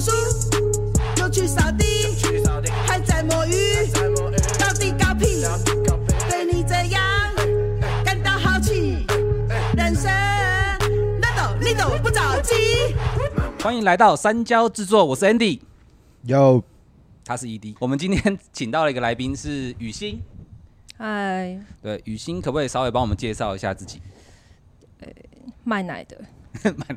书，就去扫地，去扫地，还在摸鱼，在摸鱼，到底搞屁？到底搞屁？哎对你这样感到好奇，人生那懂你懂不着急。欢迎来到三焦制作，我是 Andy，有他是 ED。我们今天请到了一个来宾是雨欣，嗨，对，雨欣可不可以稍微帮我们介绍一下自己？ 卖奶的，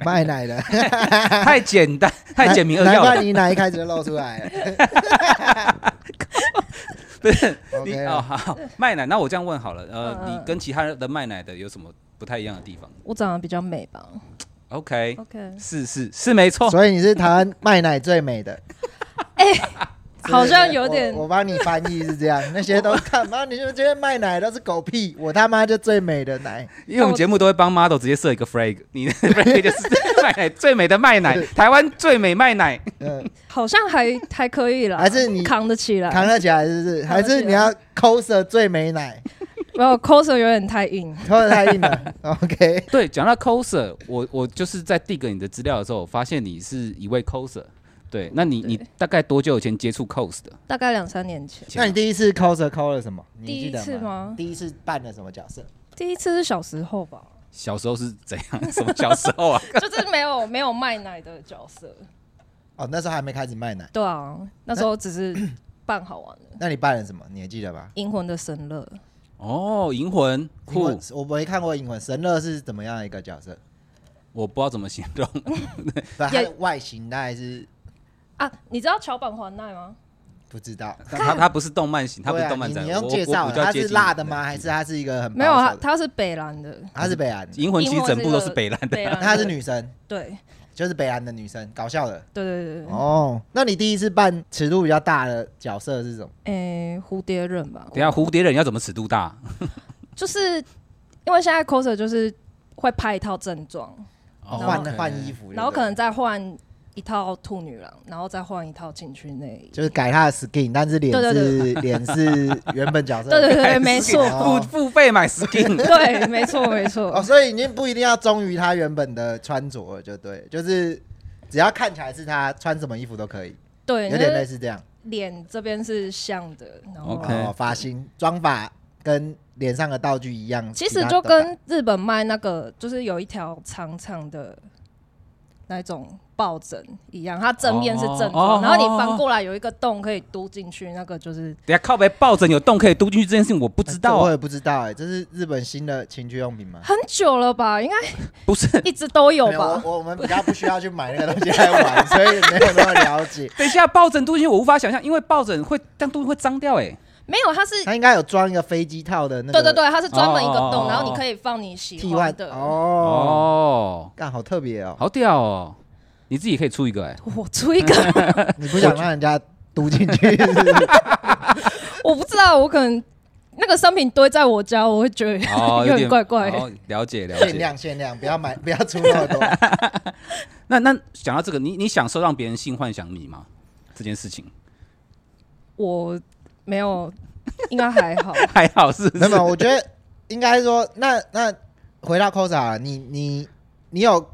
卖奶的，太简 单， 太简明扼难要怪了。你奶一开始就露出来了。 不是你 OK，啊哦，好好卖奶。那我这样问好了，呃，嗯嗯你跟其他的卖奶的有什么不太一样的地方我长得比较美吧？OK， ？OK，是是是没错，所以你是台湾卖奶最美的。哎是好像有点我我帮你翻译是这样，那些都他妈，你们这些卖奶都是狗屁，我他妈就最美的 奶，因为我们节目都会帮 model 直接设一个 flag，你的 flag 就是卖奶最美的卖 奶，台湾最美卖奶。嗯，好像还还可以啦，还是你扛得起来？扛得起来是不是？还是你要 coser 最美奶，没有 coser 有点太硬， coser 太硬了。OK， 对，讲到 coser，我我就是在 dig 你的资料的时候，我发现你是一位 coser。对，那你你对大概多久以前接触 cos 的？大概两三年前。那你第一次 coser cos 了什么？你记得第一次吗第一次扮了什么角色？第一次是小时 候吧，小时候是怎样？ 什么小时候啊？就是没有没有卖奶的角色。哦，那时候还没开始卖奶，对啊，那时候只是扮好玩的，那你扮了什么？你还记得吧？银魂的神乐，哦，银魂我酷，我没看过《银魂》，神乐是怎么样的一个 角色？我不知道怎么形容。不，它的外形大概是啊，你知道桥本环奈吗？不知道。但他他不是动漫型，他不对是啊动漫你宅。你我用我介绍我比的，较它接是近辣的吗？还是它嗯是一个很没有保啊守，的她是北兰的， 它是北兰，银魂其实整部都是北兰的。北那兰她是的女生，对就是北兰的女生，搞笑的。对对对对，嗯哦，那你第一次扮尺度比较大的角色是什么？诶、蝴蝶忍吧，等一下蝴蝶忍要怎么尺度大？就是因为现在 coser 就是会拍一套正装，哦 换 OK 换衣服，然后可能再换一套兔女郎，然后再换一套情趣内衣。就是改她的 skin，但是脸对对是 脸是原本角色。对对对，没错，付付费买 skin， 对，没错没哦，错，所以你不一定要忠于她原本的穿着了，就对，就是只要看起来是她穿什么衣服都可以，对，有点类那似这样。脸这边是像的，然后 OK 哦，发型、妆法跟脸上的道具一样，其实他都就改跟日本卖那个就是有一条长长的那种抱枕一样，它正面是正哦哦哦装，然后你翻过来有一个洞可以嘟进去，那个就是等一下靠背抱枕有洞可以嘟进去这件事情我不 知道哎这我啊也，不知道哎、这是日本新的情趣用品吗？很久了吧，应该不是一直都有没有吧。我我我们比较不需要去买那个东西来玩，所以没有那么了 解。等一下，抱枕嘟进去我无法想象，因为抱枕会这样嘟进去会脏掉哎、没有，它是它应该有装一个飞机套的那对个对对，它是专门一个哦哦哦洞，哦然后你可以放你喜替换欢的。哦，哦，干好特别哦！好屌哦，你自己可以出一 个哎、我出一个， 你不想让人家读进去，是不是我不知道，我可能那个商品堆在我家，我会觉得哦，有点怪怪哦，了解了限解。量限量，不要买，不要出那么多。那那讲到这个，你你享受让别人性幻想你吗？这件事情 我没有，应该还好。 还好是不 没有是没？有，我觉得应该说，那那回到 cos 啊，你你你有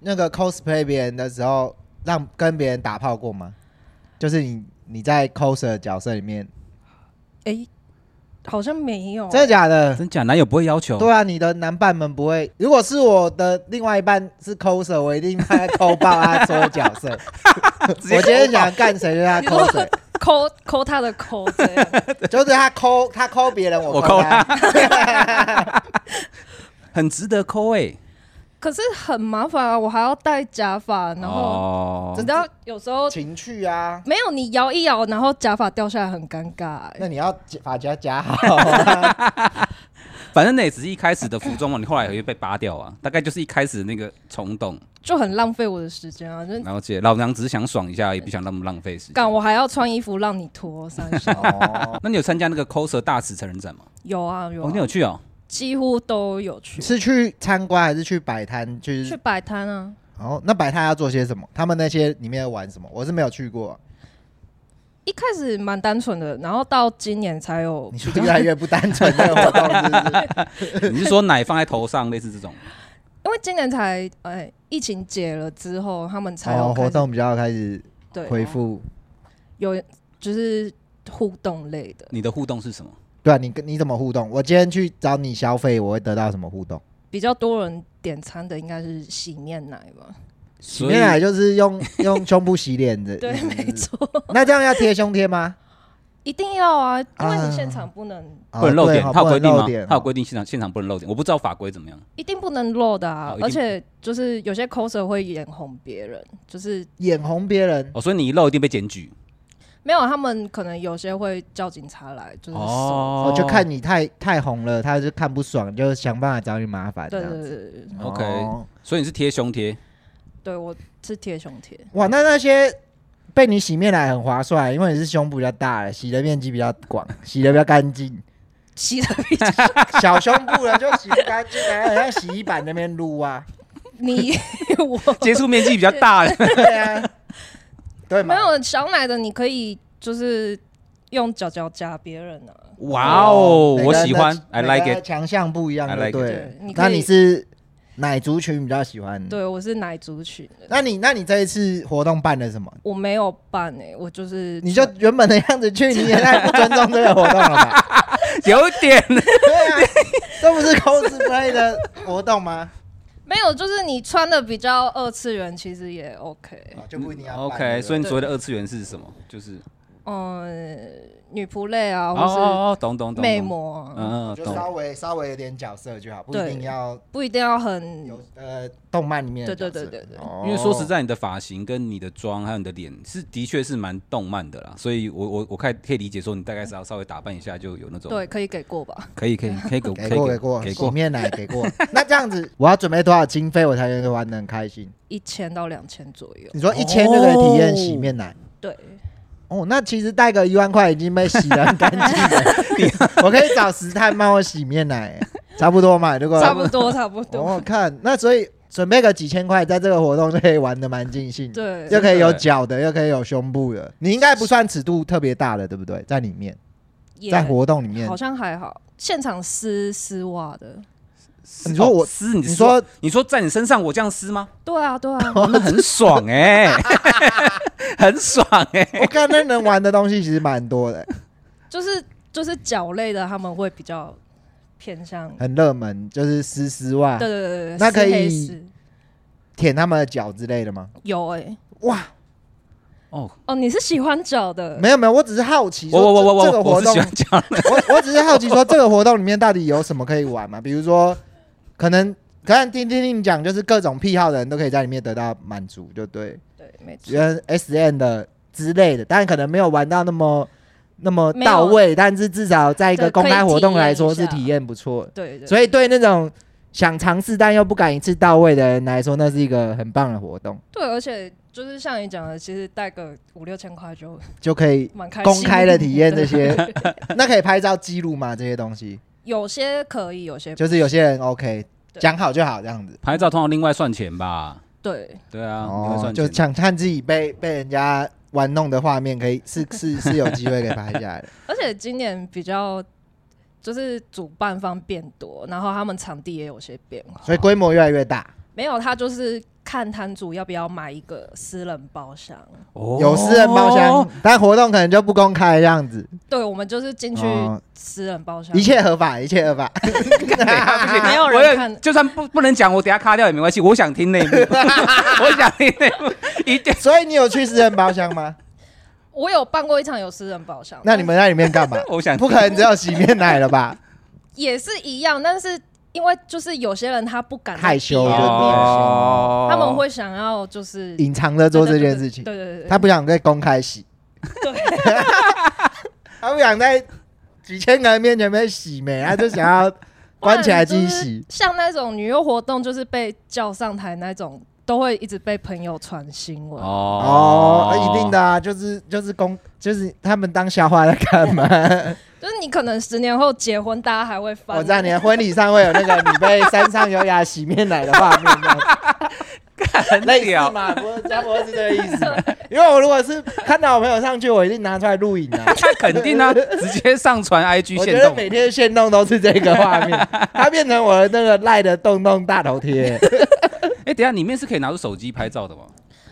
那个 cosplay 别人的时候，让跟别人打炮过吗？就是你你在 cos 的角色里面，哎、好像没有。真的假的？真假男友不会要求？对啊，你的男伴们不会。如果是我的另外一半是 coser，我一定他抠爆他所有角色。直接我今天想干谁就让他抠谁，抠抠他的抠这样，就是他抠他抠别人，我我抠抠他。很值得抠哎、 可是很麻烦啊！我还要戴假发，然后你哦知道有时候情趣啊，没有你摇一摇，然后假发掉下来很尴尬、欸。那你要把夹夹好啊。，反正那也只是一开始的服装嘛，你后来也会被扒掉啊，大概就是一开始的那个冲动。就很浪费我的时间啊！就是了解，老娘只是想爽一下，也不想那么浪费时间干。我还要穿衣服让你脱三小哦那你有参加那个 coser 大使成人展吗？有啊有哦，啊你有去哦。几乎都有去是去参观还是去摆摊？去去摆摊啊。哦，那摆摊要做些什么？他们那些里面要玩什么？我是没有去过，一开始蛮单纯的，然后到今年才有你是越来越不单纯的活动，是 不是？你是说奶放在头上，类似这种？因为今年才哎、疫情解了之后，他们才有、哦哦，活，动比较开始对，啊回复。有就是互动类的，你的互动是什么？对啊，你跟你怎么互动？我今天去找你消费，我会得到什么互动？比较多人点餐的应该是洗面奶吧？洗所以面啊奶就是用 用胸部洗脸的，对，嗯没。错， 那这样要贴胸贴吗？一定要啊，因为啊你现场不能，哦不能漏对点，哦它有不规能定漏吗？点它有规定现场现场不能漏点，我不知道法规怎么样。一定不能漏的啊好一！定而且就是有些 coser 会眼红别人，就是眼红别人，哦，所以你一漏一定被检举。没有他们可能有些会叫警察来，就是搜哦我哦就看你太太红了，他就看不爽，就想办法找你麻烦。对这对样对子对对对 OK 哦所以你是贴胸贴，对，我是贴胸 贴，哇，那那些被你洗面奶很划算，因为你是胸部比较大，洗的面积比较广，洗的比较 干净。洗的 比较小胸部的就洗不干净啊，很像洗衣板那边撸啊。你 我接触面积比较大的， 对啊，对吗没？有小奶的，你可以就是用脚脚夹别人啊。哇哦，每我个人喜的欢，I 每个 like 人的 it。强项不一样 I 的， like it 对对你。可那你以是奶族群比较喜欢？。对，我是奶族群的，那你那你这一次活动办了什么？我没有办哎、我就是你就原本的样子去，你也太不尊重这个活动了 吧？有 点，对啊，这不是 cosplay 的活动吗？没有，就是你穿的比较二次元，其实也 OK。哦就不一定要 办 OK，所以以你所谓的二次元是什么？就是嗯，女仆类啊，哦或哦哦，懂懂是懂，魅懂，魔啊、嗯嗯就稍懂。微稍微有点角色就好，不一对定要不一定要很有呃动漫里面的角色。对对对对对哦因为说实，在，你的发型跟你的妆还有你的脸是的确是蛮动漫的啦，所以我我我看可以理解说你大概是要稍微打扮一下就有那种对，可以给过吧？可以 可以可以给给可以过给过给洗过，哦面奶给过。那这样子，我要准备多少经费我才能玩的很开心？一千到两千左右，你说一千就可以体验洗面奶？对，哦，那其实带个一万块已经被洗得很干净了。我可以找石炭帮我洗面奶，差不多嘛？如果差不多差不多，我看那所以准备个几千块，在这个活动就可以玩的蛮尽兴，，对，又可真以有的脚的，又可以有胸部的。你应该不算尺度特别大的，对不对？在里面，也在活动里面好，像还好，现场撕丝袜的，你说我哦撕你你说说你说在你身上我这样撕吗？对啊对啊，哦，那很爽哎、 很爽哎、 我看那能玩的东西其实蛮多的，就是就是脚类的，他们会比较偏向，很热门，就是丝丝袜对、对对对，啊那可以撕黑丝舔他们的脚之类的吗？有哎、哇，哦，哦，你是喜欢脚的，没有没有，我只是好奇说我我我这这我个我我活是动喜，欢这样的，我我只是好奇说这个活动里面到底有什么可以玩嘛？比如说，可能可能听听听你讲，就是各种癖好的人都可以在里面得到满足，就对。对，没错。原 S N 的之类的，但可能没有玩到那么那么没有到位，但是至少在一个对公开可以活动来说体是验一下体验不错的。对对，所以对那种想尝试但又不敢一次到位的人来说，那是一个很棒的活动，对，而且就是像你讲的，其实带个五六千块就就可以蛮开心。公开的体 验这对，些。 那可以拍照记录吗？这些东西有些可以，有些就是有些人 OK 对讲好就好这样子。拍照通常另外算钱吧？对对啊，另外哦，算就钱。想看自己被被人家玩弄的画面，可以是是是有机会可以拍下 来的。而且今年比较就是主办方变多，然后他们场地也有些变化，所以规模越来越大，没有他就是看摊主要不要买一个私人包厢。哦有私人包厢，，但活动可能就不公开这样子。对，我们就是进去哦私人包厢，一切合法，一切合法。 没有我人也看。就算不不能讲，我等下卡掉也没关系。我想听 内幕， 我想听内幕，一定所以你有去私人包厢 吗？我有办过一场有私人包厢，那你们在里面干嘛？我想听不可能只有洗面奶了 吧？也是一样，但是因为就是有些人他不敢在害羞别人面前哦他们会想要就是隐藏着做这件事情，对对对对， 他不想再公开洗，对他不想在几千个人面前被洗没，他就想要关起来自己洗。。像那种女优活动，就是被叫上台那种，都会一直被朋友传新闻。哦，那一定。的啊，就是就是公，就是他们当笑话在看 嘛。就是你可能十年后结婚，大家还会翻。我知道你的婚礼上会有那个你被山上优雅洗面奶的画面这样子，很类似屌嘛？不是，差不多是这个意思嘛。啊因为我如果是看到我朋友上去，我一定拿出来录影 啊。他肯定啊，直接上 传 IG 我觉线得动。每天现弄都是这个画 面，它变成我的那个赖的洞洞大头贴。哎，等一下里面是可以拿出手机拍照的吗？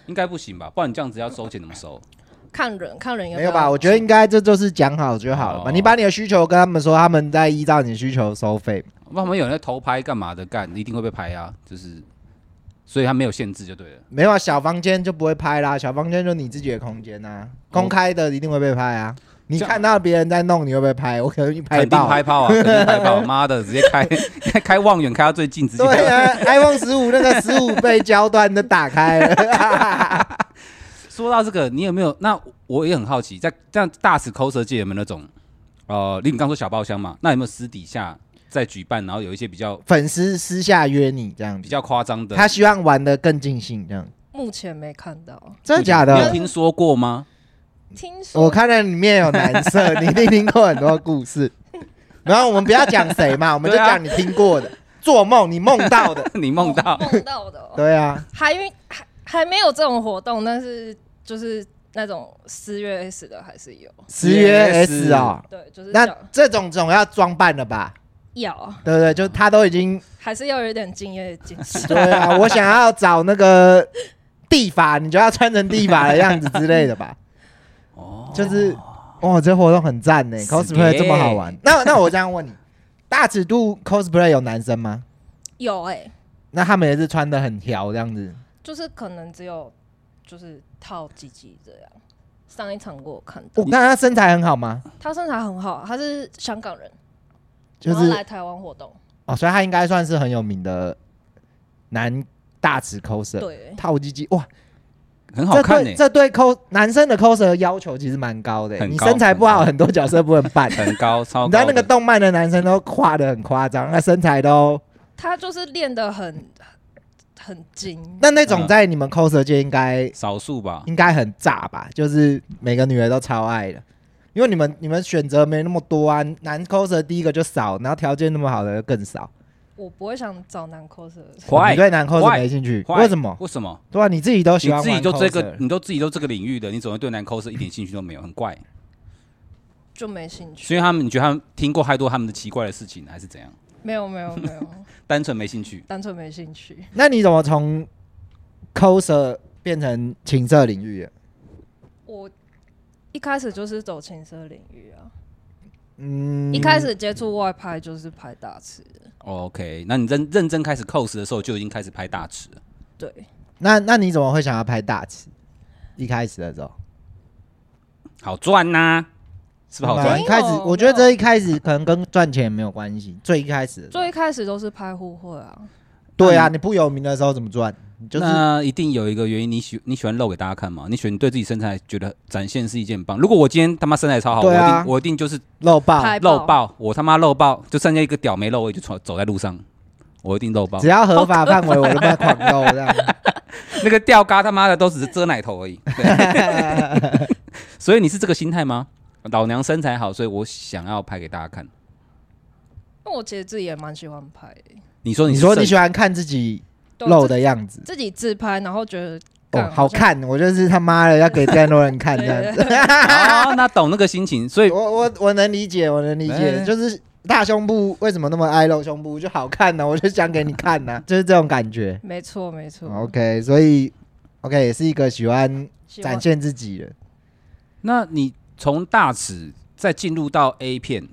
应该不行吧？不然你这样子要收钱怎么 收？ 看人看人要 不没要有吧？我觉得应该这就是讲好就好了吧。哦你把你的需求跟他们说，他们再依照你的需求收费。那我们有人在偷拍干嘛的干，一定会被拍啊，就是，所以他没有限制就对了。没有啊，小房间就不会拍啦，小房间就你自己的空间啊，公开的一定会被拍啊。你这样看到别人在弄，你会不会拍？我可能一拍肯定爆。拍炮啊，肯定拍 炮！妈的，直接开开开望远开到最近，直接对啊，iPhone 十五那个十五倍焦段都打开 了，说到这个，你有没有？那我也很好奇，在这样大使 coser 界有没有那种，呃，你刚说小包厢嘛，那有没有私底下在举办，然后有一些比较粉丝私下约你这样比子，较夸张的？他希望玩的更尽兴这样，目前没看到，真的假你有的？听说过吗？ 听说我看到里面有男色，你一定听过很多故 事。然后我们不要讲谁嘛，我们就对啊讲你听过的，做梦你梦 到的，你梦到梦到的哦、对啊，还还还没有这种活动，但是就是那种四月 S 的还是有，十月 S 哦，对，就是那叫这种总要装扮了吧？要啊对不对？就他都已经。还是要有一点敬业精神 对啊，我想要找那个地法，你就要穿成地法的样子之类的吧？哦，就是哦，这活动很赞呢是，cosplay 的这么好玩。那那我这样问你，大尺度 cosplay 有男生吗？有哎、那他们也是穿的很条这样子，就是可能只有就是套鸡鸡这样。上一场我有看我到，那他身材很好吗？他身材很好，啊他是香港人，就然后是来台湾活动，哦，所以他应该算是很有名的男大尺 coser。对，套鸡鸡哇，很好这看对呢，这对 cos 男生的 coser 的要求其实蛮高的欸，很你高身材不好，很高很多角色不能 扮。欸很高，超你知道高那的。个动漫的男生都画的很夸张，那身材都他就是练得很很精，那那种嗯在你们 coser 界应该少数吧，应该很炸吧？就是每个女的都超爱的，因为你们你们选择没那么多啊，男 coser 第一个就少，然后条件那么好的就更 少。我不会想找男 coser，坏你对男 coser Why？没兴趣，坏为什么？为什么？对啊，你自己都喜你欢自己玩都这个 coser，你都自己都这个领域的，你怎么会对男 coser 一点兴趣都没有？很怪，就没兴趣。所以他们你觉得他们听过太多他们的奇怪的事情，还是怎样？没有没有没有，单纯没兴趣。单纯没兴趣。那你怎么从 coser 变成情色领域的？我一开始就是走情色领域啊，嗯，一开始接触外拍就是拍大尺， OK，那你认认真开始 cos 的时候就已经开始拍大尺了，对，那那你怎么会想要拍大尺？一开始的时候。好赚呐、是不是好吧赚没？一开始有我觉得没有这一开始可能跟赚钱没有关系，最一开始的时候 最一开始都是拍互惠啊，对啊，你不有名的时候怎么赚？你就是那一定有一个原因，你喜你喜欢露给大家看嘛？你喜欢你对自己身材觉得展现是一件很棒。如果我今天他妈身材超好，对啊我一定我一定就是漏爆，拍露爆，我他妈露爆，就剩下一个屌没露，我也就走走在路上，我一定露爆只。要合法范围我都在狂漏这 样。 那个吊嘎他妈的都只是遮奶头而已。对 所以你是这个心态吗？老娘身材好，所以我想要拍给大家看。那我其实自己也蛮喜欢拍的、你说你是说你正喜欢看自己对漏自的样子，自己自拍，然后觉得哦干，好像看，我就是他妈的要给更多人看这样子。哦， 那懂那个心情，所以 我我我能理解，我能理解，哎就是大胸部为什么那么爱露胸部，就好看呢、啊我就想给你看呢、就是这种感觉。哦没错没错， OK，所以 OK 也是一个喜欢喜欢展现自己的。那你从大尺再进入到 A 片，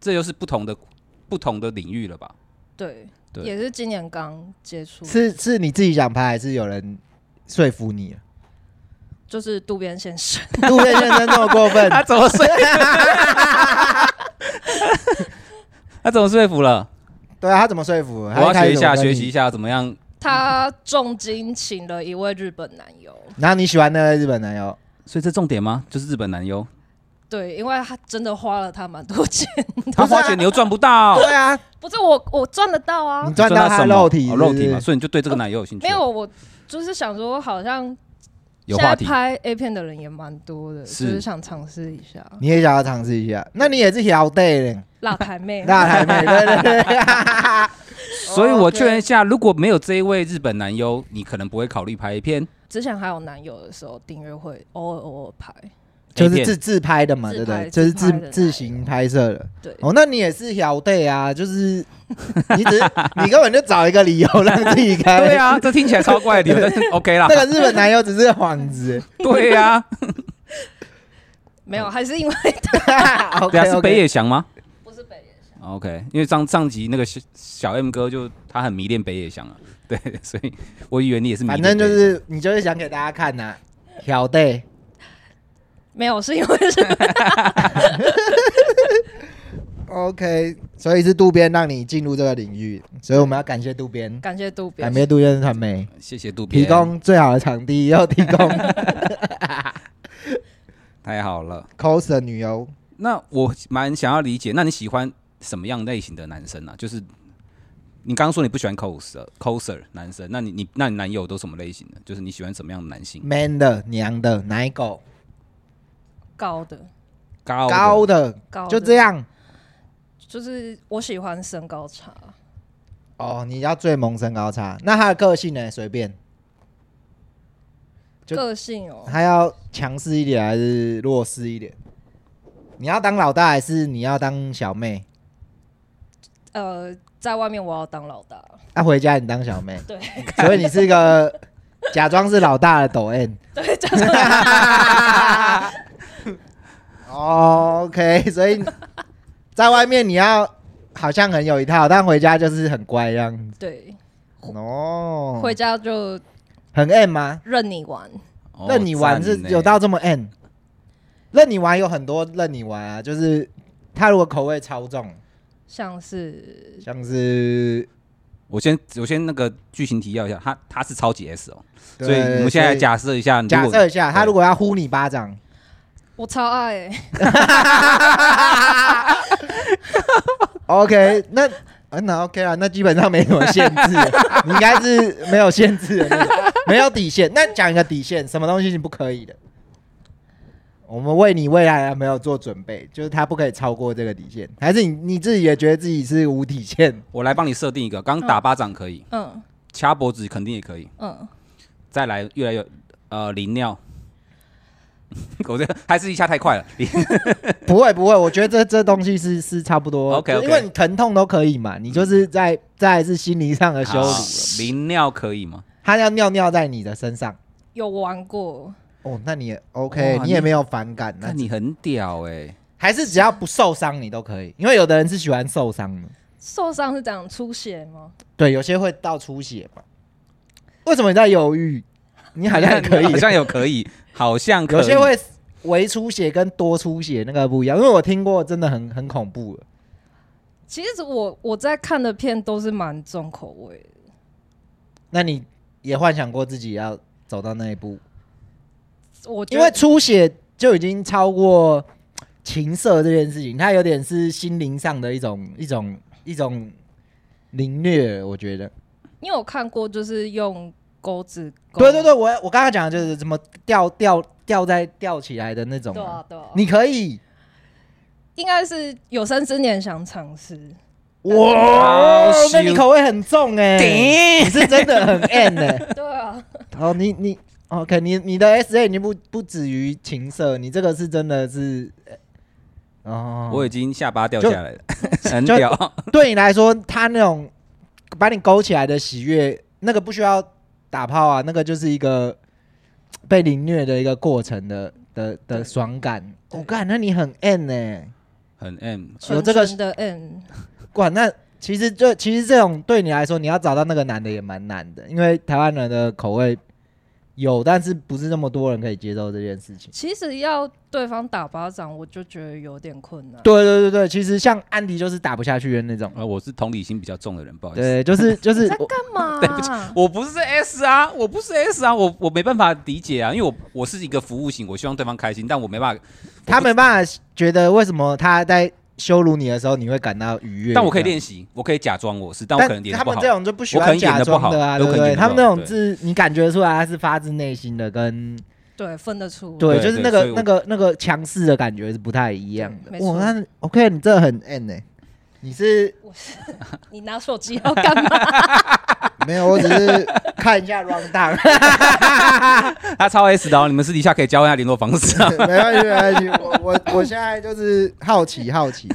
这又是不同的不同的领域了吧？对，对也是今年刚接触，是是你自己想拍，还是有人说服你了？ 就是渡边先生， 杜月先生这么过分，他怎么说？ 他怎么说服了？对啊，他怎么说服？我我要学一下，学习一。下怎么样？他重金请了一位日本男友，然后你喜欢那个日本男友，所以这重点吗？就是日本男优，对，因为他真的花了他蛮多钱， 啊他花钱你又赚不到，对啊，不是我我赚得到啊你，赚到他什么肉体是哦不是肉体嘛，所以你就对这个男优有兴趣没？有，我就是想说，好像有现话在题，拍 A 片的人也蛮多的，是就是想尝试一下你也想要尝试一下，那你也是小 day 嘞，辣 台妹。大台妹，对对对， 所以我确认一下，如果没有这一位日本男优，你可能不会考虑拍 A 片。之前还有男友的时候，订阅会偶尔偶尔拍，就 A 是片自自拍的嘛，对自不对？拍就是自拍的自自行拍摄的。对，哦，那你也是小队啊，就是你只是你根本就找一个理由让自己开。对，啊，这听起来超怪的理 由，但是 OK 啦。啊那个日本男友只是幌 子。对呀，没哦有，还是因为对对啊，是北野翔吗 不是北野， ？OK，因为上上集那个小小 M 哥就他很迷恋北野翔啊，对，所以我以为你也是迷反恋正就北野翔是你就是想给大家看呐、小队。没有，是因为是 OK，所以是渡边让你进入这个领域，所以我们要感谢渡边，感谢渡边感，谢渡边传媒谢谢渡边提供最好的场地，又提 供太好了。 cos 的女优。那我蛮想要理解，那你喜欢什么样类型的男生啊？就是你刚刚说你不喜欢 coser coser 男生，那你你那你男友都什么类型的？就是你喜欢什么样的男性？ man 的、娘的、奶狗、高的高高高的，高的，就这样。就是我喜欢身高差，哦，你要最萌身高差，那他的个性呢？随便，就个性哦，他要强势一点还是弱势一点？你要当老大还是你要当小妹？呃，在外面我要当老大，那、啊回家你当小妹，对 所以你是个假装是老大的抖 N。 对，就是 哦 OK，所以在外面你要好像很有一套，但回家就是很乖这样子。对，哦，回家就很 M 吗？任你玩，哦任你玩是赞呢有到这么 N？任你玩有很多任你玩啊，就是他如果口味超重，像是像是我先我先那个剧情提要一下，他他是超级 S 哦，对所以我们现在所以假设一下，如假果设一下，他对如果要呼你巴掌，我超爱、欸， OK，那嗯，那 OK 啊，那基本上没什么限制，你应该是没有限制的那种，没有底线。那讲一个底线，什么东西是不可以的？我们为你未来的男朋友做准备，就是他不可以超过这个底线，还是你你自己也觉得自己是无底线？我来帮你设定一个，刚打巴掌可以，嗯掐脖子肯定也可以，嗯，再来越来越呃淋尿。 我这还是一下太快了，淋不会不会，我觉得这这东西是是差不多 OK，OK 因为你疼痛都可以嘛，你就是在在是心灵上的羞辱好了。淋尿可以吗？他要尿尿在你的身上，有玩过，哦，那你也 OK，哇你也你没有反感，那那你很屌哎、还是只要不受伤你都可以，因为有的人是喜欢受伤的，受伤是怎样出血吗？对，有些会到出血嘛。为什么你在犹豫？你 好像 也可以好，像有可以，好像可以有些会微出血跟多出血那个不一样，因为我听过真的很很恐怖的。其实我我在看的片都是蛮重口味的，那你也幻想过自己要走到那一步？我觉因得为出血就已经超过情色这件事情，它有点是心灵上的一种一种一种凌虐了，我觉得。你有看过就是用钩子钩，对对对，我我刚刚讲的就是什么吊吊吊在吊起来的那种对啊、啊对啊，你可以应该是有生之年想 尝试，哇好，那羞你口味很重哎、顶你是真的很 N 哎、 对啊，哦，你你 OK，你你的 S A 已经不不止于情色，你这个是真的是呃哦，我已经下巴掉下来了，很 就屌。对你来说，他那种把你勾起来的喜悦，那个不需要打炮啊，那个就是一个被凌虐的一个过程的的的爽感。我干、那你很 N 哎、很 M，有这个纯纯的 N，哇，那其实这其实这种对你来说，你要找到那个男的也蛮难的，因为台湾人的口味有，但是不是那么多人可以接受这件事情。其实要对方打巴掌，我就觉得有点困难。对对对对，其实像安迪就是打不下去的那种。呃，我是同理心比较重的人，不好意思，对，就是就是你在我干 嘛、对不起我不是 S 啊，我不是 S 啊，我我没办法理解啊，因为我我是一个服务型，我希望对方开心，但我没办法，他没办法觉得为什么他在羞辱你的时候你会感到愉悦，但我可以练习，习，我可以假装我是，但我但可能演他不们好这。种就不喜我可欢能演假得不装的啊，好有对不可能对？演得他们那不好种是你感觉出来他是发自内心的，跟对，分得出。对，对就是对那个所以我那个那个强势的感觉是不太一样的。对没哇，错那 OK，你这很 N 欸呢、你是你拿手机要干嘛？ 没有，我只是看一下 round down，他超 S 的哦，你们私底下可以交换一下联络方 式啊。没关系，没关系。我我我现在就是好奇好奇，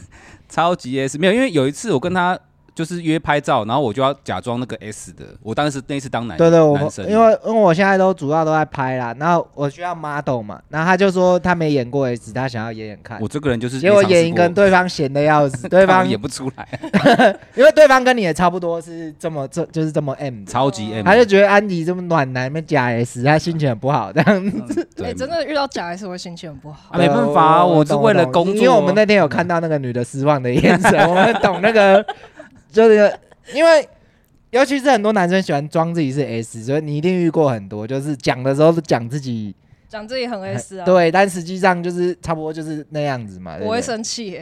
超级 S 没有，因为有一次我跟他就是约拍照，然后我就要假装那个 S 的，我当时那一次当男对对，我男生，因为因为我现在都主要都在拍啦，然后我需要 model 嘛，然后他就说他没演过 S，他想要演演看我，这个人就是结果没尝试演一个过对方闲的要死，对当然方演不出来，因为对方跟你也差不多是这么这就是这么 M 的，超级 M，他就觉得安迪这么暖男，没假 S，他心情很不好这样子。对、哎，真的遇到假 S 我会心情很不好。啊没办法啊，对我是哦懂为了懂工作，因为我们那天有看到那个女的失望的眼神， 我们懂那个，就是因为尤其是很多男生喜欢装自己是 S，所以你一定遇过很多，就是讲的时候都讲自己、讲自己很 S 啊，对，但实际上就是差不多就是那样子嘛。对我不会对生气 耶。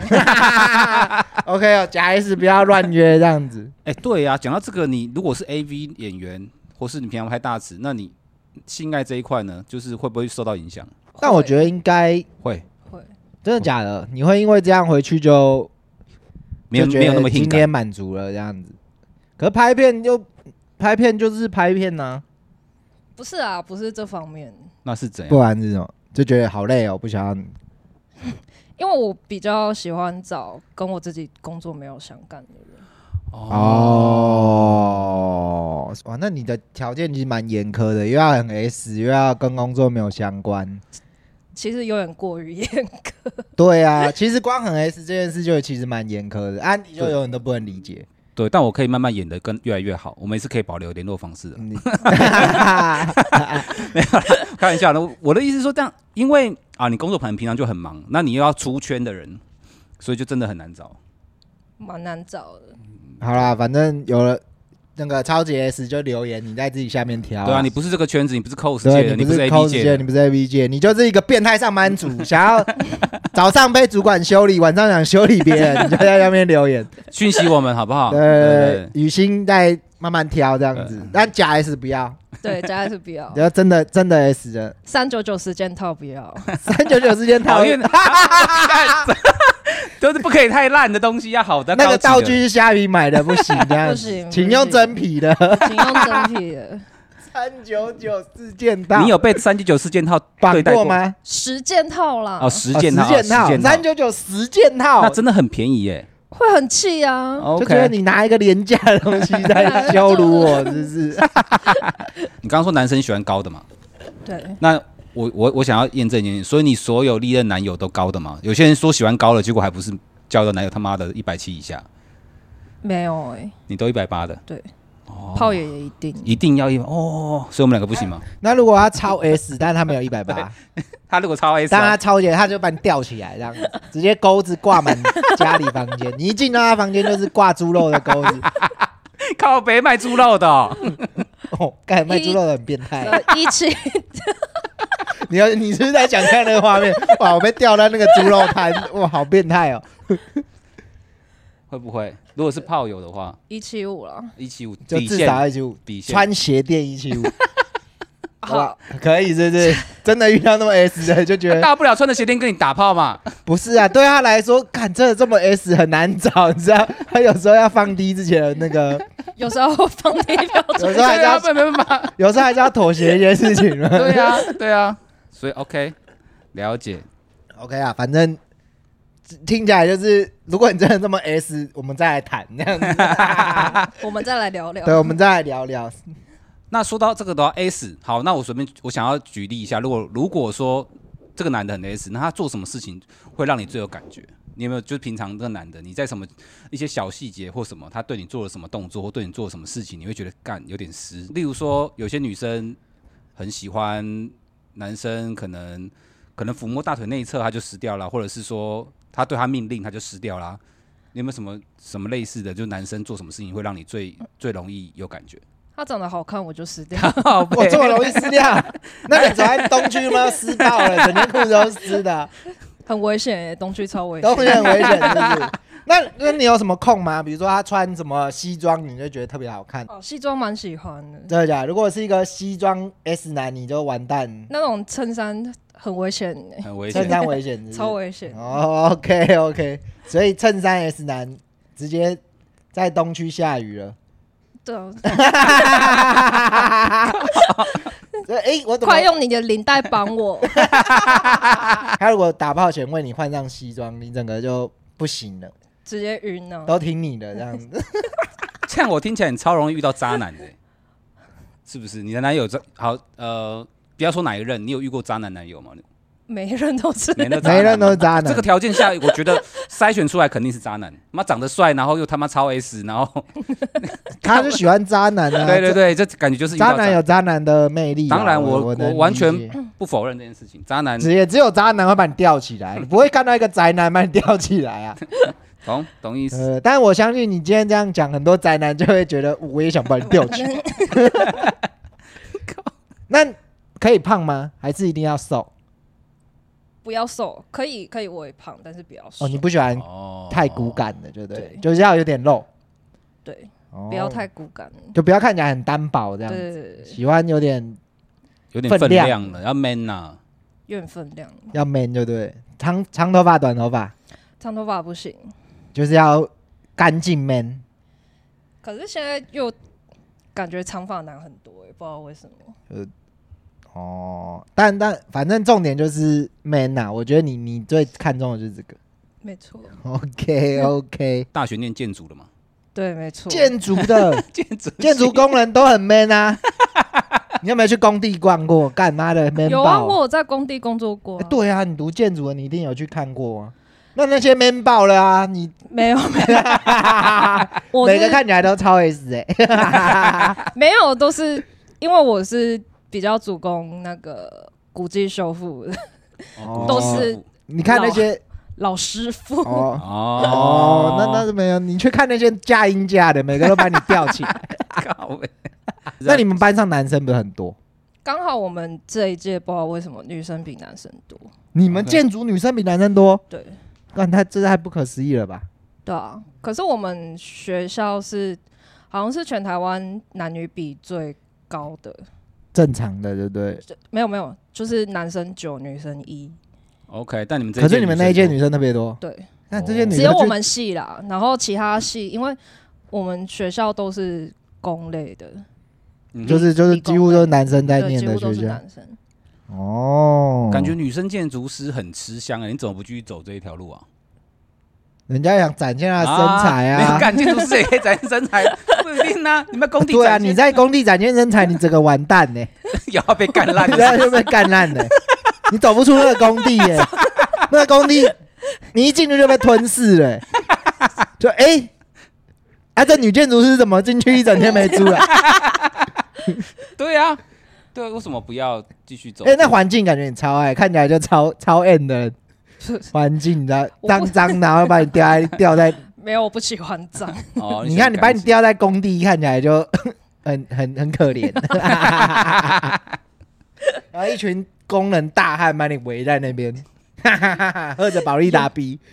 OK 哦，假 S 不要乱约这样 子。哎、对啊，讲到这个，你如果是 A V 演员，或是你平常拍大尺，那你性爱这一块呢，就是会不会受到影响？但我觉得应该会，会真的假的，你会因为这样回去就没有就觉没有那得么性今感。天满足了这样子。可拍片就拍片就是拍片啊呐、不是啊，不是这方面，那是怎不样？然是什么？就觉得好累哦，不想要。因为我比较喜欢找跟我自己工作没有相干的人。哦，哇，那你的条件其实蛮严苛的，又要很 S，又要跟工作没有相关。其实有点过于严格，对啊，其实光很 S 这件事就其实蛮严苛的，安迪就有很多不能理解。对，但我可以慢慢演的更越来越好，我们也是可以保留联络方式的。你 开玩笑的，我的意思是说这样，因为啊，你工作可能平常就很忙，那你又要出圈的人，所以就真的很难找。蛮难找 的。好啦，反正有了那个超级 S 就留言，你在自己下面挑、对啊，你不是这个圈子，你不是 cos 界对啊的，你你不不是 A cos B 界界，你的，不是 A B 界，你就是一个变态上班族，想要早上被主管修理，晚上想修理别人，你就在下面留言。讯息我们好不好？对对，呃嗯雨欣再慢慢挑这样子，但假 S 不要，对，加 S 不 要你，要真的真的 S 的三九九时间套不要。三九九之间讨讨厌 厌。，就是不可以太烂的东西，要好的。那个高道级的具是虾皮买的，不行，这样 不行不请用行真 皮的请用真皮的，三九九四件套。你有被三九九事件套绑对待过？吗？十件套啦，哦，十件套，哦十件哦套，三九九十件套，那真的很便宜耶。会很气啊。就觉得 OK，你拿一个廉价的东西 在羞辱我，是不是？ 你刚刚说男生喜欢高的嘛？对，那我我我想要验证一件事，所以你所有历任男友都高的嘛？有些人说喜欢高的，结果还不是交的男友他妈的一百七以下，没有哎、你都一百八的，哦炮爷也一定。一定要一哦。所以我们两个不行 吗？那如果他超 S，但他没有一百八，他如果超 S，但他啊超姐他就把你吊起来，这样子直接钩子挂满家里房间。你一进到他房间就是挂猪肉的钩子，靠北卖猪肉的 哦，哦，干卖猪肉的很变态。啊呃，一七 你要你是不是在想看那个画面？哇，我被吊到那个猪肉摊，哇，好变态哦！会不会？如果是炮友的话，一七五了，一七五就底至少线一七五，底线穿鞋垫一七五，好吧好，可以是不是？真的遇到那么 S 的就觉得啊 大不了穿着鞋垫跟你打炮嘛。不是啊，对他来说，看真的这么 S 很难找，你知道？他有时候要放低自己的那个，有时候放低标准，有时候还是 要，对啊没办法，有时候还是要妥协一些事情嘛。对啊，对啊，所以 OK，了解。 OK 啊，反正听起来就是，如果你真的这么 S，我们再来谈这 样子。我们再来聊聊。对，我们再来聊聊。那说到这个的话，S 好，那我随便我想要举例一下，如果如果说这个男的很 S，那他做什么事情会让你最有感觉？你有没有就是平常这个男的，你在什么一些小细节或什么，他对你做了什么动作或对你做了什么事情，你会觉得干有点湿？例如说，有些女生很喜欢男生，可能可能抚摸大腿内侧，他就湿掉了，或者是说他对他命令，他就湿掉了。你有没有什么什么类似的？就男生做什么事情会让你最最容易有感觉？ 他长得好看，我就死掉。我这么容易撕掉？那你走在东区吗？撕爆了，整件裤子都撕的，啊很危险耶，东区超危都险。会很危险，是不是？那那你有什么空吗？比如说他穿什么西装，你就觉得特别好看？哦，西装蛮喜欢的，真的假的？如果是一个西装 S 男，你就完蛋，那种衬衫很危险欸耶，很危衬险。 衫危险是不是， 超危险。哦，OK OK，所以衬衫 S 男直接在东区下雨了，这种 这哎，我怎么 快用你的领带绑我， 他如果打炮前为你换上西装，你整个就不行了，直接晕啊了。都听你的这样子。这样我听起来你超容易遇到渣男的、是不是？你的男友渣好呃，不要说哪一任，你有遇过渣男男友 吗？每一任都是，没那渣每男一任都是渣男这个条件下，我觉得筛选出来肯定是渣男。妈长得帅，然后又他妈超 S，然 后 他就喜欢渣男啊，对对对，这感觉就是遇到渣男有渣男的魅力啊、当然我我能我完全理解不否认这件事情。渣男只也只有渣男会把你吊起 来，你不会看到一个宅男把你吊起来啊。懂懂意思？呃，但我相信你今天这样讲，很多宅男就会觉得我也想把你吊起 来。那可以胖吗？还是一定要瘦？ 不要瘦，可以可以，我也胖，但是不要瘦。哦，你不喜欢哦太骨感的，对不对对？就是要有点肉，对，哦不要，太骨感。就不要看起来很单薄这样对子。对对对，对喜欢有点有点分分量量了，要 man 呐、啊。有点分量，要 man 就对，长长头发、短头发长头发不行。就是要干净 man。可是现在又感觉长发男很多、也不知道为什么。哦，但但反正重点就是 man 呐、我觉得你你最看重的就是这个。没错， OK OK，大学念建筑的嘛，对，没错。建筑 的建筑建筑工人都很 man 啊。你有没有去工地逛过？干妈 的 man 有啊，爆、我有在工地工作过、啊哎对啊，你读建筑的，你一定有去看过啊。那那些 man 爆了啊，你 没有没有，我每是个看起来都超 S 欸哎、 没有都是因为我是比较主攻那个古迹修复的哦都是你看那些老师傅，哦，哦哦，那那是没有，你去看那些架音架的，每个都把你吊起来。靠北那你们班上男生不是很多？刚好我们这一届不知道为什么女生比男生多，你们 OK 建筑女生比男生多？对干，他这太不可思议了吧？对啊。可是我们学校是好像是全台湾男女比最高的，正常的，对不对？就没有没有，就是男生九女生一， OK，但你们这可是你们那一届生女生特别多，对，那这些女哦只生有我就们系啦，然后其他系因为我们学校都是工类的，多嗯就哼是就是理工几乎都是男生在对，念几的乎学都是校男生。 哦，感觉女生建筑师很吃香哎、你怎么不继续走这一条路啊？人家想展现她的身材没有啊。干建筑师也可以展现身材，不一定 啊。你们工地对啊，展现你 在工地展现身材，你整个完蛋欸呢、也要被干烂你 的这样就被干烂了欸、你走不出那个工地耶、那个工地你一进去就被吞噬了欸、就哎、欸啊这女建筑师怎么进去一整天没啊出来？对啊，对，为什么不要继续走？哦哎、那环境感觉你超爱，看起来就超超 N 的环境，你知道我脏不脏，然后把你吊在吊在，没有，我不喜欢脏。哦，你看你把你掉，吊在工地，看起来就很很很可怜，然后一群工人大汉把你围在那边，喝着保利达 B。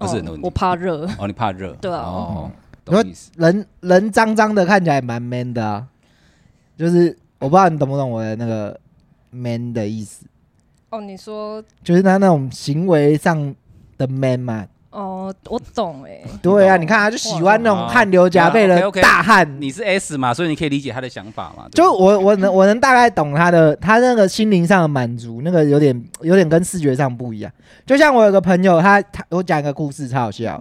不是很多问我题怕热，哦，你怕热，对啊哦，然后懂意思。人人脏脏的，看起来蛮 man 的啊。就是我不知道你懂不懂我的那个 man 的意思，哦，你说就是他那种行为上的 man 嘛。哦，我懂哎、对啊，你看他就喜欢那种哇汗流浃背啊的，OK，OK 大汉。你是 S 嘛，所以你可以理解他的想法嘛。对就我我能我能大概懂他的他那个心灵上的满足，那个有点有点跟视觉上不一样。就像我有个朋友，他他我讲一个故事超好笑，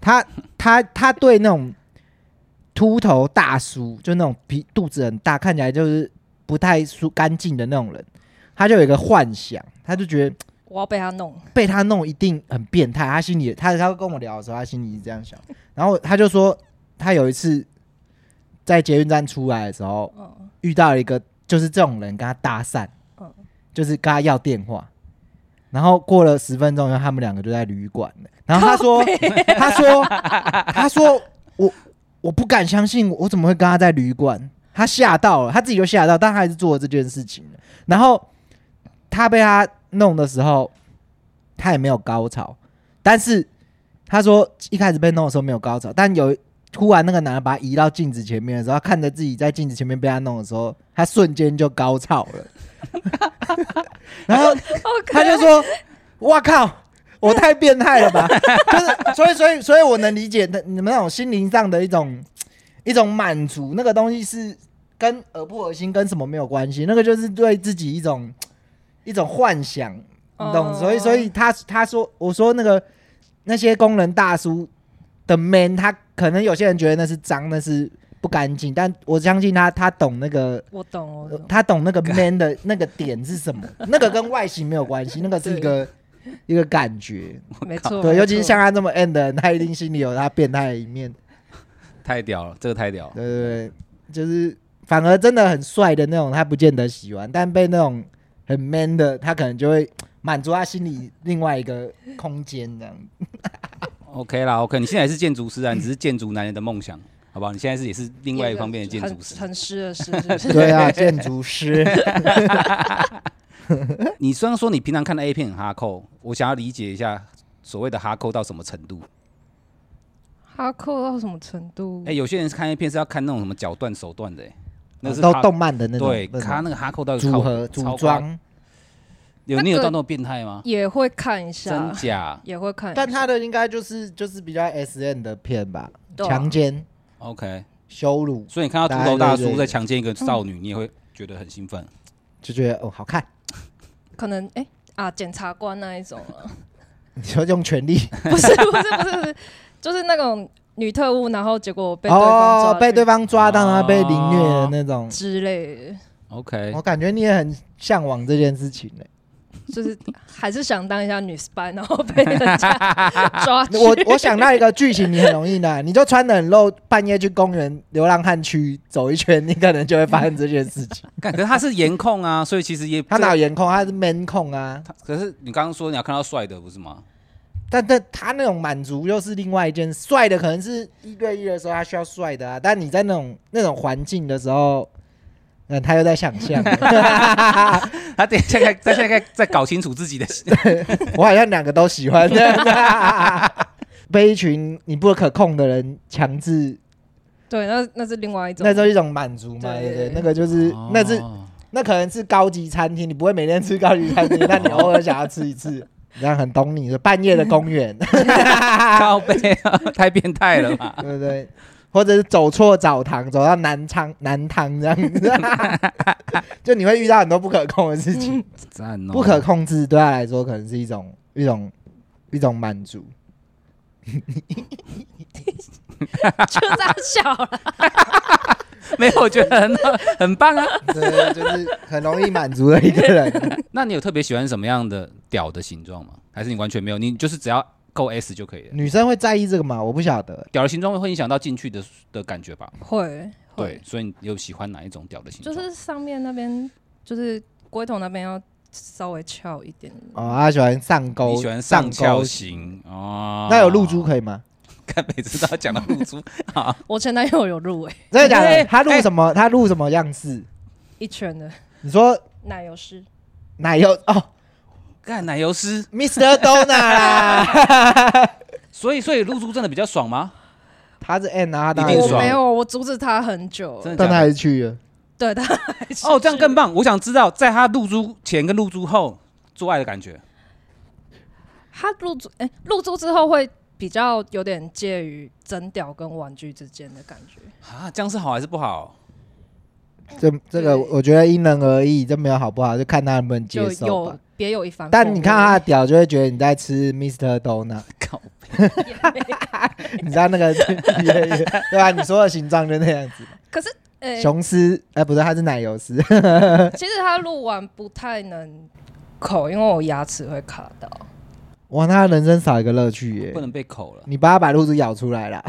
他他他对那种秃头大叔，就那种皮肚子很大，看起来就是不太舒干净的那种人，他就有一个幻想，他就觉得我要被他弄，被他弄一定很变态，他心里他他跟我聊的时候，他心里是这样想，然后他就说他有一次在捷运站出来的时候。嗯，遇到一个就是这种人跟他搭讪，嗯就是跟他要电话，然后过了十分钟以后，他们两个就在旅馆了。然后他说，他说，他说我我不敢相信，我怎么会跟他在旅馆？他吓到了，他自己就吓到，但他还是做了这件事情了。然后他被他弄的时候，他也没有高潮，但是他说一开始被弄的时候没有高潮，但有突然那个男的把他移到镜子前面的时候，他看着自己在镜子前面被他弄的时候，他瞬间就高潮了。然后他就说：“哇靠，我太变态了吧？就是，所以，所以，所以我能理解的你们那种心灵上的一种一种满足，那个东西是跟恶不恶心跟什么没有关系，那个就是对自己一种一种幻想，你 懂？哦所以，所以他他说，我说那个那些工人大叔的 man，他可能有些人觉得那是脏，那是不干净，但我相信他，他懂那个我 懂，我懂。他懂那个 man 的那个点是什么， 那个跟外形没有关系，那个是一个一个感觉。没错，对，没尤其是错像他这么 end 的人，他一定心里有他变态的一面。太屌了，这个太屌了。对对对，就是反而真的很帅的那种，他不见得喜欢，但被那种很 man 的，他可能就会满足他心里另外一个空间这样。 OK 啦，OK，你现在也是建筑师啊，你只是建筑男人的梦想，好不好？你现在是也是另外一方面的建筑师很，很湿的湿，是不 是对啊，建筑师，你虽然说你平常看的 A 片很哈扣，我想要理解一下所谓的哈扣到什么程度。哈扣到什么程度哎、？有些人看 A 片是要看那种什么脚段、手段的、欸， 那是都哈动漫的那种，对，那种他那个哈扣到底组靠合超组夸装，有你有那个啊到那种变态吗？也会看一啊真下，假也会看一下。但他的应该就是就是比较 S N 的片吧，对啊强奸、 ？OK，羞辱，所以你看到秃头大对对叔对在强奸一个少女，你也会觉得很兴奋。就觉得哦好看，可能哎、啊，检察官那一种啊，你说用权力不是不是不是不是，就是那种女特务，然后结果 被对方抓哦去被对方抓到然后被凌虐的哦那种，之类的， OK，我感觉你也很向往这件事情呢、就是还是想当一下女 spy，然后被人家抓 去。我我想到一个剧情，你很容易的，你就穿的很露，半夜去公园流浪汉区走一圈，你可能就会发生这件事 情。干可是他是颜控啊，所以其实也 他这个哪有颜控，他是 man 控啊，他可是你刚刚说你要看到帅的不是吗？但但他那种满足又是另外一件事，帅的可能是一对一的时候他需要帅的啊，但你在那种那种环境的时候，嗯，他又在想象，他等一下该，他现在该再搞清楚自己的我好像两个都喜欢 这样子啊被一群你不可控的人强制，对，那那是另外一种那。是一种满足嘛，对对不对？那个就是，那是哦那可能是高级餐厅，你不会每天吃高级餐 厅，但你偶尔想要吃一次，这样很懂你的半夜的公园， 靠背啊，太变态了吧？对不对？或者是走错澡堂，走到南昌南汤这样子， 就你会遇到很多不可控的事情，赞哦， 不可控制对他来说可能是一种一种一种满足。就 这样笑了， 没有，我觉得很很棒啊。 对，就是很容易满足的一个人。那你有特别喜欢什么样的屌的形状吗？还是你完全没有？你就是只要够 S 就可以了。 女生会在意这个吗？我不晓得。屌的形状会影响到进去的的感觉吧？会对会，，所以你有喜欢哪一种屌的形就状？是上面那边，就是龟头那边要稍微翘一点。哦，她喜欢上钩，你喜欢上翘钩。型哦？那有露珠可以吗？ 看每次都要讲到露珠， 我前男友有入围真的假的？哎她露什么？她露什么样式？一圈的你说奶油师，奶油哦干奶油师， ，Mr. Dona 啦，所以所以露珠真的比较爽吗？ 他是 N 啊，她一当定然我是爽没有，我阻止他很久，真的但假他还的？是去了。对他还是哦，这样更棒！我想知道，在他露珠前跟露珠后做爱的感觉。他入住，哎、入住之后会比较有点介于真屌跟玩具之间的感觉。啊，这样是好还是不好？这这个我觉得因人而异，这没有好不好，就看他能不能接就受有吧。别有一番风味。但你看他的屌，就会觉得你在吃 Mr. Dona， 靠， 你知道那个 对吧？你说的形状就那样子，可是，哎、雄狮哎，不是，它是奶油狮。 其实他录完不太能口，因为我牙齿会卡到。 哇，那他人生少一个乐趣耶不！能被口了。你把他把露珠咬出来了，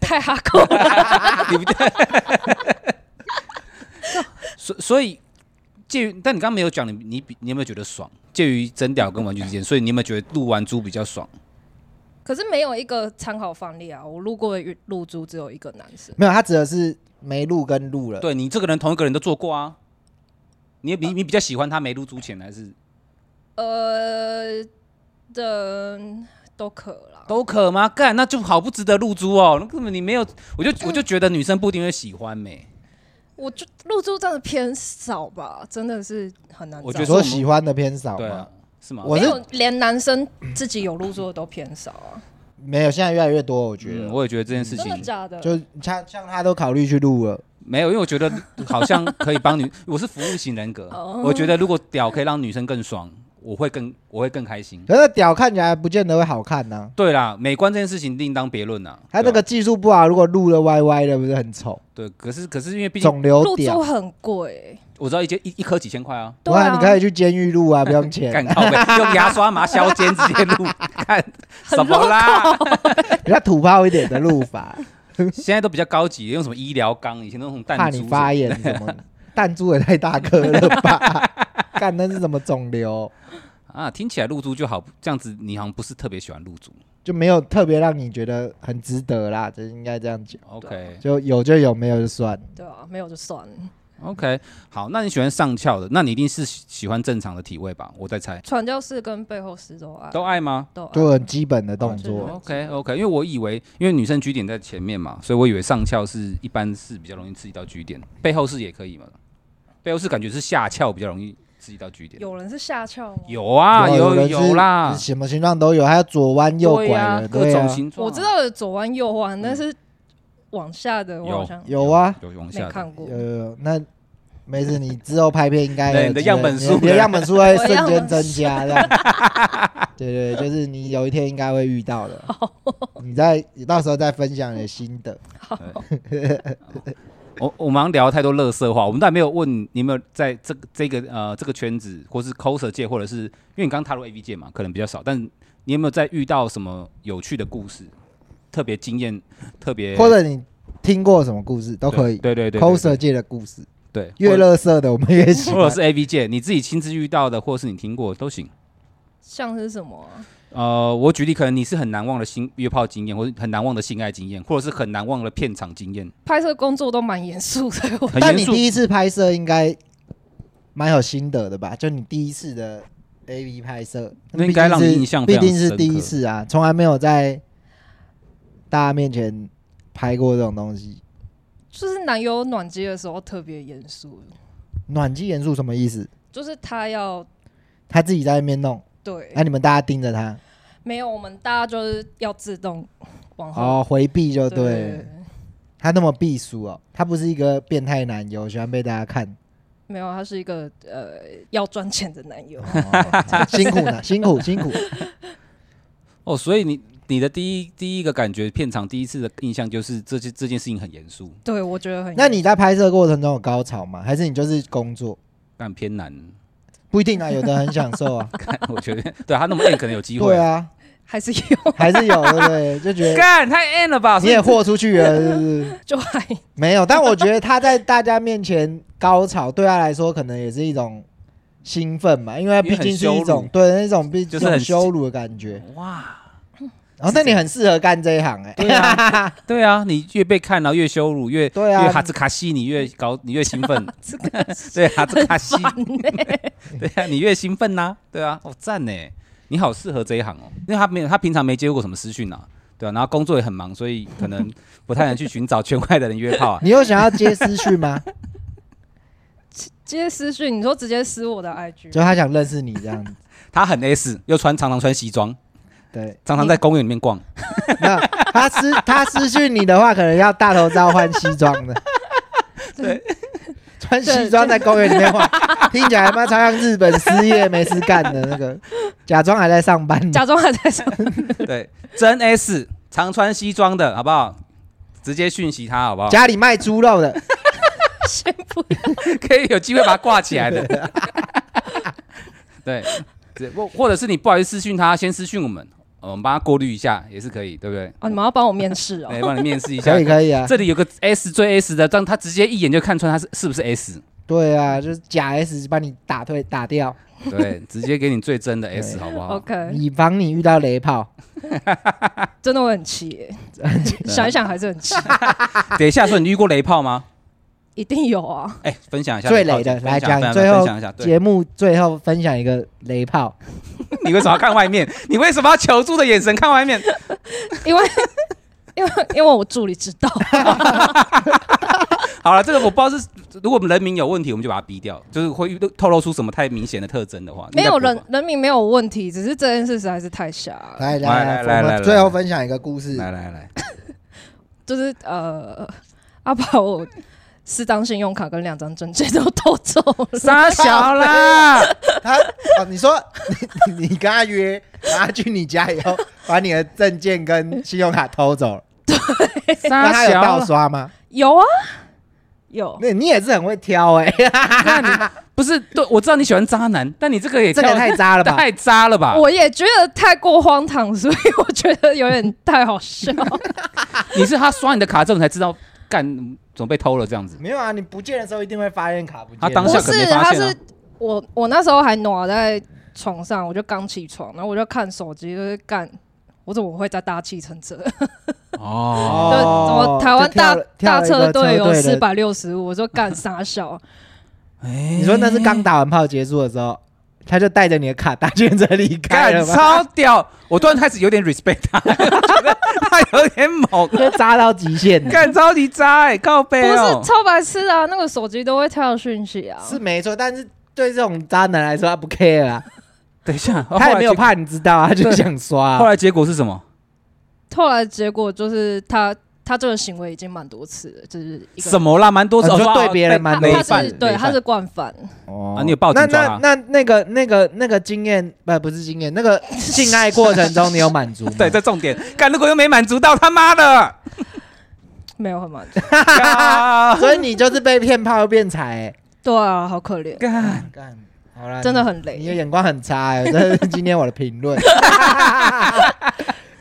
太哈口了， 你不对。所所以介于，但你刚刚没有讲你你比你有没有觉得爽？介于真屌跟玩具之间，所以你有没有觉得录完猪比较爽？可是没有一个参考范例啊！我录过的露珠只有一个男生， 没有，他指的是没露跟露了。对你这个人同一个人都做过啊，你你你比较喜欢他没录猪前还是呃的都可啦。都可吗？干那就好不值得露猪哦，那根本你没有，我就我就觉得女生不一定会喜欢没、我就露珠真的偏少吧，真的是很难找。我觉得所喜欢的偏少对嘛啊，，是吗？我没是有，连男生自己有入座的都偏少啊，没有，现在越来越多，我觉嗯，得，我也觉得这件事真的情假的？就像像他都考虑去录了，没有，因为我觉 得好像可以帮女，我是服务型人格，哦我觉得如果屌可以让女生更爽，我会更我会更开心。可是屌看起来不见得会好看呐、对啦，美观这件事情另当别论呐。他那对个啊技术不好，如果录了歪歪的，不是很丑？对，可是可是因为毕竟肿入瘤屌座，很贵，我知道一节一一颗几千块啊，对哇，啊，你可以去监狱录啊，不用干钱， 靠背，用牙刷麻削尖直接录，看 很什么啦？比较土炮一点的 录法，现在都比较高级，用什么医疗缸，以前都用弹怕珠你什么发炎什么的，弹珠也太大颗了 吧？干那是什么肿瘤？啊，听起来露珠就好，这样子你好像不是特别喜欢露珠。就没有特别让你觉得很值得啦，这应该这样讲。 OK 就有就有，没有就算。对啊，没有就算了。 OK，好，那你喜欢上翘的，那你一定是喜喜欢正常的体位吧？我在猜，传教士跟背后十都爱都爱吗？都爱就很基本的动哦作， OK OK，因为我以为因为女生 G 点在前面嘛，所以我以为上翘是一般是比较容易刺激到 G 点，背后是也可以嘛。背后是感觉是下翘比较容易刺激到 G 点。有人是下翘吗？有啊，有人是有啦，什么形状都有，还有左弯右拐对呀的，各对啊种形状啊。我知道有左弯右弯，但是往下的我好像有啊，嗯有往没下的，看过。呃，那没事，你之后拍片应该对有你的机会样本你数 你的样本数会我的瞬样间本增数加，这样。 对对，就是你有一天应该会遇到 的，你再你到时候再分享你的心得。我我们好像聊太多乐色话，我们但没有问你有没有在这个这个呃这个圈子，或是 coser 界，或者是因为你刚踏入 AV 界嘛，可能比较少，但你有没有在遇到什么有趣的故事，特别惊艳，特别或者你听过什么故事都对可以对对对对，coser 界的故事，对越乐色的我们也喜或者欢。是 A V 界，你自己亲自遇到的，或是你听过都行。像是什么啊、呃，我举例，可能你是很难忘的性约炮经验，或者很难忘的性爱经验，或者是很难忘的片场经验，拍摄工作都蛮严肃的，我很但严你肃。第一次拍摄应该蛮有心得的吧？就你第一次的 A V 拍摄，那应该让你印象非毕常竟是深第一刻次啊，从来没有在大家面前拍过这种东西。就是男友暖机的时候特别严肃，暖机元素什么意思？就是他要他自己在那边弄，对，那、你们大家盯着他，没有我们大家就是要自动往后。哦，回避就对了。对，他那么避暑哦，他不是一个变态男友，喜欢被大家看，没有，他是一个呃要赚钱的男友，哦辛苦呢，辛苦辛苦。哦，所以你你的第一第一个感觉，片场第一次的印象就是这件这件事情很严肃，对我觉得很严肃。那你在拍摄过程中有高潮吗？还是你就是工作？但偏难。 不一定啊，有的很享受啊。看，我觉得对他那么 N 可能有机会。对啊， 还是有，还是有，对 不对？就觉得干太 N 了吧？你也豁出去了，是不是？就还没有，但我觉得他在大家面前高潮，对他来说可能也是一种兴奋嘛，因为毕竟是因为一很羞种辱对那种毕就这是很种羞辱的感觉。哇，然后，那你很适合干这一行哎、对 啊，对啊，你越被看，然后越羞辱，越对啊越哈兹卡西，你越高，你越兴奋。这个对哈兹卡西，烦欸 对啊，你越兴奋呐、对啊，哦赞呢，你好适合这一行哦，因为他没有，他平常没接触过什么私讯啊，对啊，然后工作也很忙，所以可能不太能去寻找圈外的人约 炮啊。你有想要接私讯吗？接私讯，你说直接私我的 IG， 就他想认识你这样子。他很 S，又穿常常穿西装，对，常常在公园里面逛。那他私他私讯你的话，可能要大头照换西装的。对，穿西装在公园里面晃，听起来他妈超像日本失业没事干的那个，假装还在上班的。 假装还在哦上对，真 S 常穿西装的好不好？直接讯息他好不好？家里卖猪肉的，先不可以有机会把它挂起来 的。对，对或或者是你不好意思私讯他，先私讯我们，呃我们帮他过滤一下也是可以，对不对？哦，你们要帮我面试哦 来。帮你面试一 下可以。可以啊。这里有个 S 最 S 的，让他直接一眼就看穿他是是不是 S，对啊，就是假 S 把你打退打掉，对，直接给你最真的 S，好不哦好？ OK，以防你遇到雷炮。真的我很气耶，想一想还是很气，等一下说你遇过雷炮吗？一一定有啊。哎，分享一下最雷炮雷的分来享分讲，享最分后享一下。对，节目最后分享一个雷炮，你为什么要看外面？ 你为什么要求助的眼神看外面？ 因为因为因为我助理知道，好了，这个我不知道是，如果我们人民有问题，我们就把它逼掉，就是会透露出什么太明显的特征的话，没应该有不人会吧人民没有问题，只是这件事实在是太瞎了。来来来来来，我来来们最后分享一个故事。来来来，就是呃，阿宝我适当信用卡跟两张证件都偷走了，傻小啦，他哦，你说你你你跟他约，然后他去你家以后，把你的证件跟信用卡偷走了，傻那他有小啦盗刷吗？ 有啊，有那你也是很会挑哎、那你不是对，我知道你喜欢渣男，但你这个也这个跳太渣了吧？太渣了吧？啊我也觉得太过荒唐，所以我觉得有点太好 笑。 你是他刷你的卡之后你才知道，干怎么被偷了这样子？ 没有啊，你不见的时候一定会发现卡不见。他当不下可是，没发他现啊是我，我那时候还挪在床上，我就刚起床，然后我就看手机，就是干。我怎么会在搭计程车？哦，就 怎么台湾大就跳了跳了一个大车队有的四百六十五？我说干傻笑，哎你说那是刚打完炮结束的时候，他就带着你的卡搭建车离开干了吗？超屌！我突然开始有点 respect 他， 我觉得他有点猛，就渣到极限了。干超级渣哎，靠不背是哦。超白痴的啊！那个手机都会跳讯息啊，是没错，但是对这种渣男来说，他不 care 啊，等一下，他也没有 后来怕你知道啊，他就对想刷结。后啊。来结果是什么？后来结果就是他他这个行为已经蛮多次了，就是一个什么啦？蛮多哦少你说说对别人蛮他多累他次犯是，对累他犯是惯犯，哦啊你有报警那抓他那那那个那个那个经验，不不是经验，那个性爱过程中你有满足吗 ？对，这重点。干，如果又没满足到，他妈 的！没有很满足。干所以你就是被骗炮又变财、对啊，好可怜，干，欸。干，好了，真的很你，你的累。眼光很差哎、欸， 这是今天我的评 论。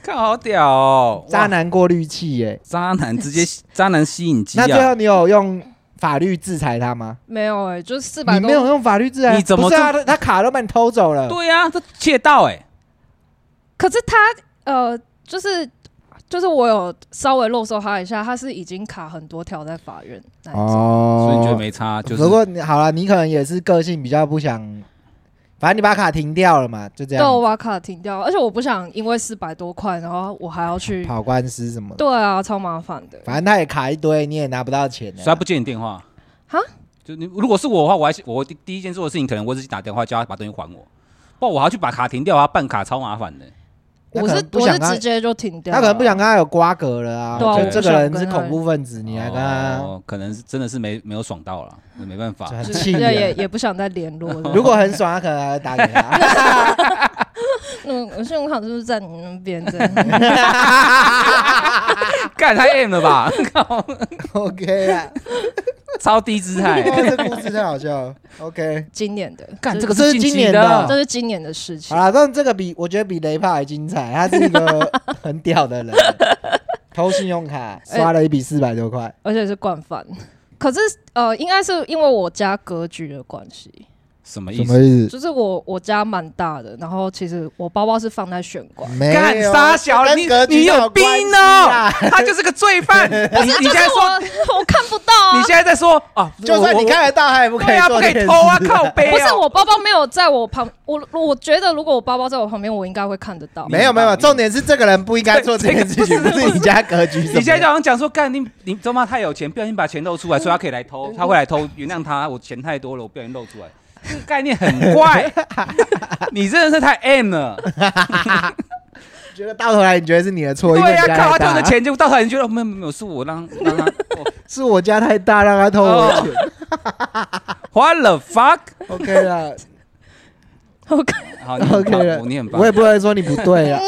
看好屌哦！渣哇男过滤器哎、渣男直接渣男吸引机那最啊！后你有用法律制裁他吗？没有哎，就是四百你没有多，用法律制裁，你怎么不是啊？这他他卡都把你偷走了，对啊呀，这窃盗哎，可是他呃，就是就是我有稍微漏搜他一下，他是已经卡很多条在法院那一种。哦所以你觉得没差？就是不过你好了，你可能也是个性比较不想，反正你把卡停掉了嘛，就这对，我样把卡停掉，而且我不想因为四百多块，然后我还要去。跑官司什么的。对啊，超麻烦的。反正他也卡一堆，你也拿不到钱啊所以他的。不接你电话。哈？就你如果是我的话，我还是我第第一件做的事情，可能我只是打电话叫他把东西还我，不然我还要去把卡停掉啊，办卡超麻烦的。他我可是能不我想是跟他直接就停掉了，他可能不想跟他有瓜葛了啊，对啊就我这不个想人是跟他恐怖分子，你还跟他哦，可能是真的是没没有爽到了，那没办法就。很就是气啊也人。也不想再联络。 如果很爽，他可能还会打给他。嗯，我信用卡是不是在你那边？这 样 干太 M 了吧， OK 啊，超低姿哇 态。这故事太好笑了。OK，今年的，干这就哦个啊这是是近今期年的的这是今年的事情好。啦，但这个比我觉得比雷帕还精彩。他是一个很屌 的人，偷信用卡刷了一笔四百多块。而且是惯犯。可是呃，应该是因为我家格局的关系，什么什意么思？意思？就是我我家蛮大的，然后其实我包包是放在玄关，没干有傻小了，跟你格局你没有关病系啊哦！啦！他就是个罪犯。你你就现在是说，我我看不到啊你，现在在说啊？ 就算你看。看得到，他也不可对以啊，不做可这以件偷啊，事靠背、啊。不是我包包没有在我旁，我我觉得如果我包包在我旁边，我应该会看得 到。没有没有，重点是这个人不应该做这 件事情，不是你家格局什么的。你现在就好像讲说，干你你周妈太有钱，不小心把钱露出来，所以他可以来偷，他会来偷，原谅他，我钱太多了，我不小心露出来，这个概念很怪。你真的是太 M 了，觉得到头来，你觉得是你的错，因为对呀、你家靠他太偷的大，钱，就到头来你觉得哦没有没有是我让让他、是我家太大让他偷我的 钱。 What the fuck？ OK 了我看好你很棒，OK 了我你很，棒我也，不会说你不对 啊。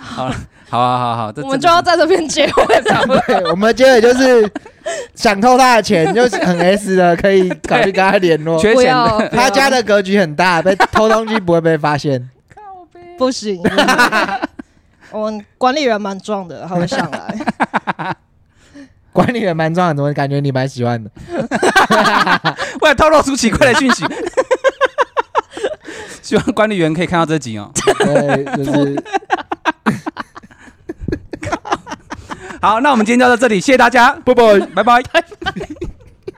好了，好好好好，这我们就要在这边结尾吧。对，我们接着就是想偷他的钱，就是 很 S 的，可以考虑跟他联络。缺不钱要的，，不要他家的格局很大，被偷东西不会被发现。不行，我们管理员蛮壮的，他会上来。管理员蛮重要的，我感觉你蛮喜 欢的。我也透露出奇怪的讯息。希望管理员可以看到这集哦。对，就是好，那我们今天就到这里，谢谢大家，不不。拜拜。